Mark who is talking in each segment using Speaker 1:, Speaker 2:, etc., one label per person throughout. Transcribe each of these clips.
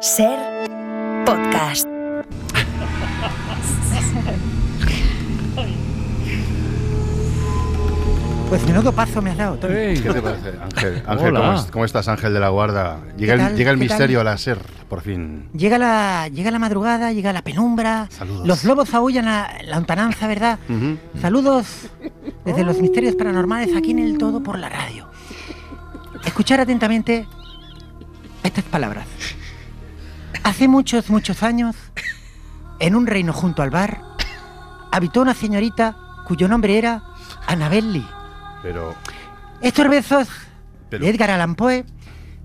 Speaker 1: Ser podcast.
Speaker 2: Pues menudo pazo me has dado, Tony.
Speaker 3: ¿Qué te parece, Ángel? Ángel, ¿cómo, es- cómo estás, Ángel de la Guarda? Llega el,
Speaker 2: tal?
Speaker 3: llega el
Speaker 2: ¿Qué tal?
Speaker 3: misterio a la SER, por fin.
Speaker 2: Llega la, llega la madrugada, llega la penumbra.
Speaker 3: Saludos.
Speaker 2: Los lobos aullan la, la lontananza, ¿verdad?
Speaker 3: Ujú.
Speaker 2: Saludos desde los misterios paranormales aquí en el todo por la radio. Escuchar atentamente estas palabras. Hace muchos, muchos años, en un reino junto al bar, habitó una señorita cuyo nombre era Annabel Lee.
Speaker 3: Pero,
Speaker 2: Estos besos
Speaker 3: Pero-
Speaker 2: de Edgar Allan Poe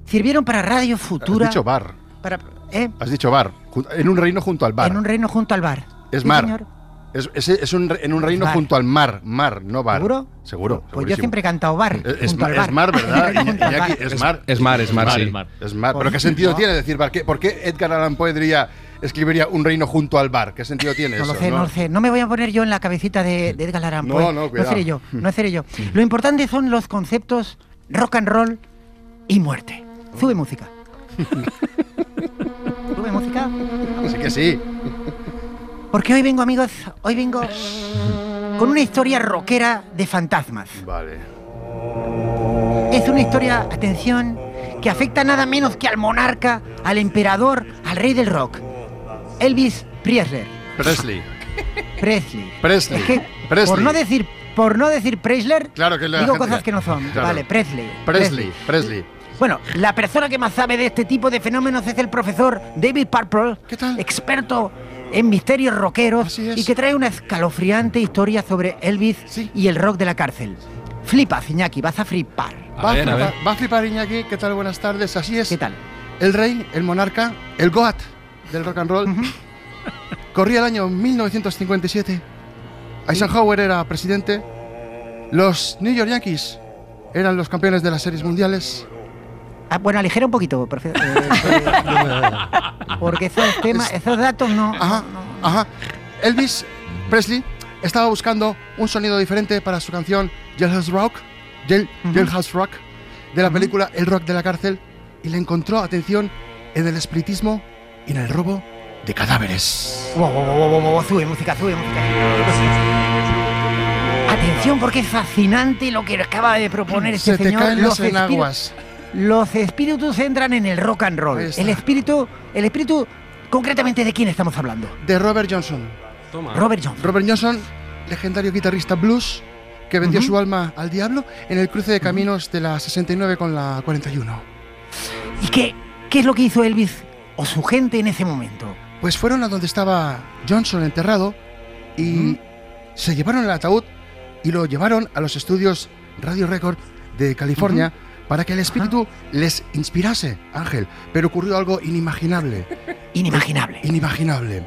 Speaker 2: sirvieron para Radio Futura.
Speaker 3: has dicho bar.
Speaker 2: para, ¿eh?
Speaker 3: Has dicho bar. Ju- En un reino junto al bar.
Speaker 2: En un reino junto al bar.
Speaker 3: Es
Speaker 2: Sí,
Speaker 3: mar.
Speaker 2: señor. Pues
Speaker 3: es, es- es un re- en un reino
Speaker 2: Bar.
Speaker 3: junto al mar. Mar, no bar.
Speaker 2: ¿Seguro?
Speaker 3: Seguro.
Speaker 2: Pues
Speaker 3: segurísimo. Eh,
Speaker 2: yo siempre he cantado bar.
Speaker 3: Es, es
Speaker 2: junto
Speaker 3: mar,
Speaker 2: al bar.
Speaker 3: es mar, ¿verdad? Y-
Speaker 2: Junto al
Speaker 3: y aquí
Speaker 2: bar.
Speaker 3: es mar.
Speaker 4: Es mar, es mar, sí.
Speaker 3: Es mar.
Speaker 2: Por
Speaker 3: ¿Pero qué sentido
Speaker 2: no.
Speaker 3: tiene decir bar? ¿Qué- ¿Por qué Edgar Allan Poe diría, escribiría un reino junto al bar? ¿Qué sentido tiene
Speaker 2: No
Speaker 3: eso?
Speaker 2: lo sé, no lo sé. No me voy a poner yo en la cabecita de, de Edgar Allan
Speaker 3: No,
Speaker 2: Poe.
Speaker 3: no, cuidado.
Speaker 2: seré yo, no seré yo. Lo importante son los conceptos rock and roll y muerte. Sube música. Sube música.
Speaker 3: Así que sí.
Speaker 2: Porque hoy vengo, amigos, hoy vengo con una historia rockera de fantasmas.
Speaker 3: Vale.
Speaker 2: Es una historia, atención, que afecta nada menos que al monarca, al emperador, al rey del rock. Elvis Presley.
Speaker 3: Presley.
Speaker 2: Presley.
Speaker 3: Presley.
Speaker 2: Es que,
Speaker 3: Presley.
Speaker 2: por no decir, por no decir Presley,
Speaker 3: Claro que la
Speaker 2: digo
Speaker 3: gente-
Speaker 2: cosas que no son.
Speaker 3: Claro.
Speaker 2: Vale, Presley.
Speaker 3: Presley. Presley.
Speaker 2: Bueno, la persona que más sabe de este tipo de fenómenos es el profesor David Purple,
Speaker 3: ¿Qué tal?
Speaker 2: experto en misterios rockeros
Speaker 3: Así es.
Speaker 2: y que trae una escalofriante historia sobre Elvis
Speaker 3: Sí.
Speaker 2: y el rock de la cárcel. Flipa, Iñaki, vas a flipar.
Speaker 4: A
Speaker 3: Va a,
Speaker 4: ver, a
Speaker 3: flipar-
Speaker 4: ver.
Speaker 3: va a flipar Iñaki, ¿qué tal? Buenas tardes, así es.
Speaker 2: ¿Qué tal?
Speaker 3: El rey, el monarca, el Goat del rock and roll. Corría el año 1957. Eisenhower era presidente. Los New York Yankees eran los campeones de las series mundiales.
Speaker 2: Ah, bueno, aligera un poquito, profesor. eh, Porque esos, temas, esos datos no...
Speaker 3: Ajá, ajá. Elvis Presley estaba buscando un sonido diferente para su canción Jailhouse Rock, Jail-
Speaker 2: Ujú.
Speaker 3: Jailhouse Rock, de la película El Rock de la Cárcel, y le encontró atención en el espiritismo y en el robo de cadáveres.
Speaker 2: Wow, wow, wow, wow, wow, sube música, sube música. Atención, porque es fascinante lo que acaba de proponer este
Speaker 3: Se te
Speaker 2: señor.
Speaker 3: caen los
Speaker 2: espíritu-
Speaker 3: enaguas.
Speaker 2: los espíritus entran en el rock and roll.
Speaker 3: Ahí está.
Speaker 2: El espíritu, el espíritu, concretamente, ¿de quién estamos hablando?
Speaker 3: De Robert Johnson.
Speaker 2: Robert Johnson.
Speaker 3: Robert Johnson, legendario guitarrista blues, que vendió
Speaker 2: Ujú.
Speaker 3: su alma al diablo en el cruce de caminos de la 69 con la 41.
Speaker 2: ¿Y qué, qué es lo que hizo Elvis o su gente en ese momento?
Speaker 3: Pues fueron a donde estaba Johnson enterrado y se llevaron el ataúd y lo llevaron a los estudios Radio Record de California para que el espíritu les inspirase, Ángel. Pero ocurrió algo inimaginable.
Speaker 2: Inimaginable.
Speaker 3: inimaginable.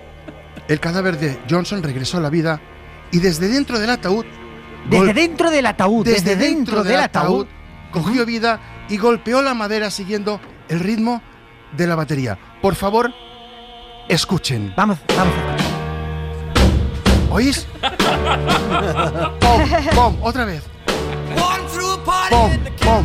Speaker 3: El cadáver de Johnson regresó a la vida y desde dentro del ataúd,
Speaker 2: Desde
Speaker 3: gol-
Speaker 2: dentro del ataúd, desde, dentro, del ataúd,
Speaker 3: cogió vida y golpeó la madera siguiendo el ritmo de la batería. Por favor, escuchen.
Speaker 2: Vamos, vamos. a escuchar.
Speaker 3: ¿Oís? ¡Pum! ¡Pum! Otra vez.
Speaker 5: Pom, pom.
Speaker 3: ¡Pum!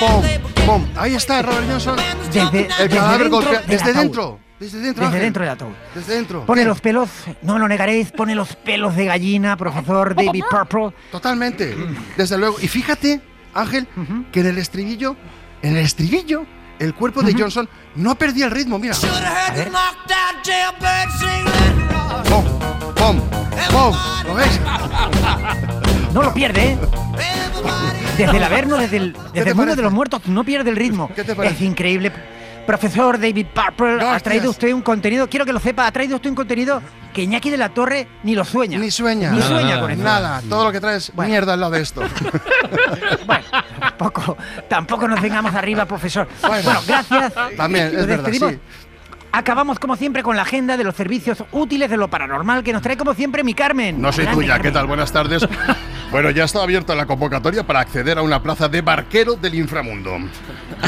Speaker 5: Pom, pom.
Speaker 3: ¡Pum! Ahí está Robert Johnson.
Speaker 2: Desde-
Speaker 3: El
Speaker 2: desde
Speaker 3: cadáver
Speaker 2: dentro
Speaker 3: golpea.
Speaker 2: del
Speaker 3: Desde
Speaker 2: ataúd.
Speaker 3: dentro. Desde dentro.
Speaker 2: Desde
Speaker 3: Ángel.
Speaker 2: dentro del ataúd.
Speaker 3: Desde dentro.
Speaker 2: Pone
Speaker 3: ¿Qué?
Speaker 2: los pelos, no lo negaréis, pone los pelos de gallina, profesor David Purple.
Speaker 3: Totalmente, desde luego. Y fíjate, Ángel, que en el estribillo, en el estribillo, el cuerpo de Johnson no perdía el ritmo, mira. ¡Pum! ¡Pum! ¡Pum! ¿Lo ves?
Speaker 2: No lo pierde, ¿eh? Desde el averno, desde el, desde
Speaker 3: te
Speaker 2: el mundo
Speaker 3: parece?
Speaker 2: de los muertos, no pierde el ritmo.
Speaker 3: ¿Qué te parece?
Speaker 2: Es increíble. Profesor David Purple, ha
Speaker 3: Gracias.
Speaker 2: traído usted un contenido, quiero que lo sepa, ha traído usted un contenido que Iñaki de la Torre ni lo sueña.
Speaker 3: Ni sueña.
Speaker 2: Ni
Speaker 3: Nada,
Speaker 2: sueña
Speaker 4: nada,
Speaker 2: con esto.
Speaker 3: Nada, todo lo que traes
Speaker 2: Bueno.
Speaker 3: mierda al lado de esto.
Speaker 2: Bueno, tampoco, tampoco nos vengamos arriba, profesor. Bueno, gracias.
Speaker 3: También, es
Speaker 2: Nos
Speaker 3: verdad,
Speaker 2: despedimos.
Speaker 3: sí.
Speaker 2: Acabamos, como siempre, con la agenda de los servicios útiles de lo paranormal que nos trae, como siempre, mi Carmen.
Speaker 3: No soy
Speaker 2: Adelante,
Speaker 3: tuya, ¿qué
Speaker 2: Carmen.
Speaker 3: tal? Buenas tardes. Bueno, ya está abierta la convocatoria para acceder a una plaza de barquero del inframundo.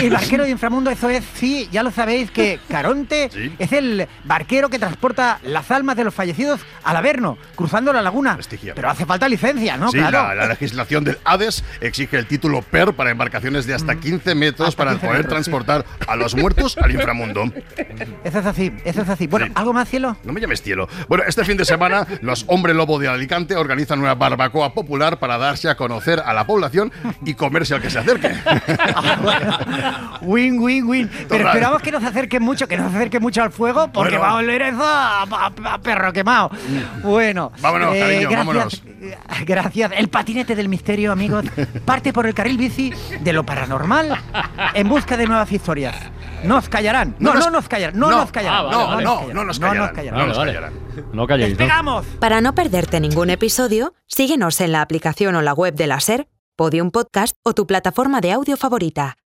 Speaker 2: El barquero de inframundo, eso es, sí, ya lo sabéis que Caronte
Speaker 3: Sí.
Speaker 2: es el barquero que transporta las almas de los fallecidos al Averno, cruzando la laguna.
Speaker 3: Prestigiado.
Speaker 2: Pero hace falta licencia, ¿no?
Speaker 3: sí,
Speaker 2: claro.
Speaker 3: la, la legislación del Hades exige el título PER para embarcaciones de hasta 15
Speaker 2: Mm.
Speaker 3: metros
Speaker 2: Hasta
Speaker 3: para
Speaker 2: 15
Speaker 3: poder
Speaker 2: metros,
Speaker 3: transportar a los muertos al inframundo.
Speaker 2: Eso es así, eso es así. Bueno,
Speaker 3: Sí.
Speaker 2: ¿algo más, cielo?
Speaker 3: No me llames cielo. Bueno, este fin de semana, los Hombre Lobo de Alicante organizan una barbacoa popular para darse a conocer a la población y comerse al que se acerque.
Speaker 2: Win, win, win. Pero
Speaker 3: Total.
Speaker 2: esperamos que nos acerquen mucho, que nos acerquen mucho al fuego, porque
Speaker 3: Bueno.
Speaker 2: va a oler eso a, a- a perro quemado. Bueno. eh,
Speaker 3: Vámonos, cariño,
Speaker 2: gracias,
Speaker 3: vámonos.
Speaker 2: Gracias. El patinete del misterio, amigos, parte por el carril bici de lo paranormal en busca de nuevas historias. Nos callarán. No, no, nos callarán. No, nos callarán.
Speaker 4: Ah, vale,
Speaker 3: no,
Speaker 4: vale.
Speaker 3: no, no nos callarán. No nos
Speaker 4: Vale,
Speaker 3: callarán.
Speaker 4: vale. No calléis. ¿no?
Speaker 2: ¡Despegamos!
Speaker 1: Para no perderte ningún episodio, síguenos en la aplicación o la web de la SER, Podium Podcast o tu plataforma de audio favorita.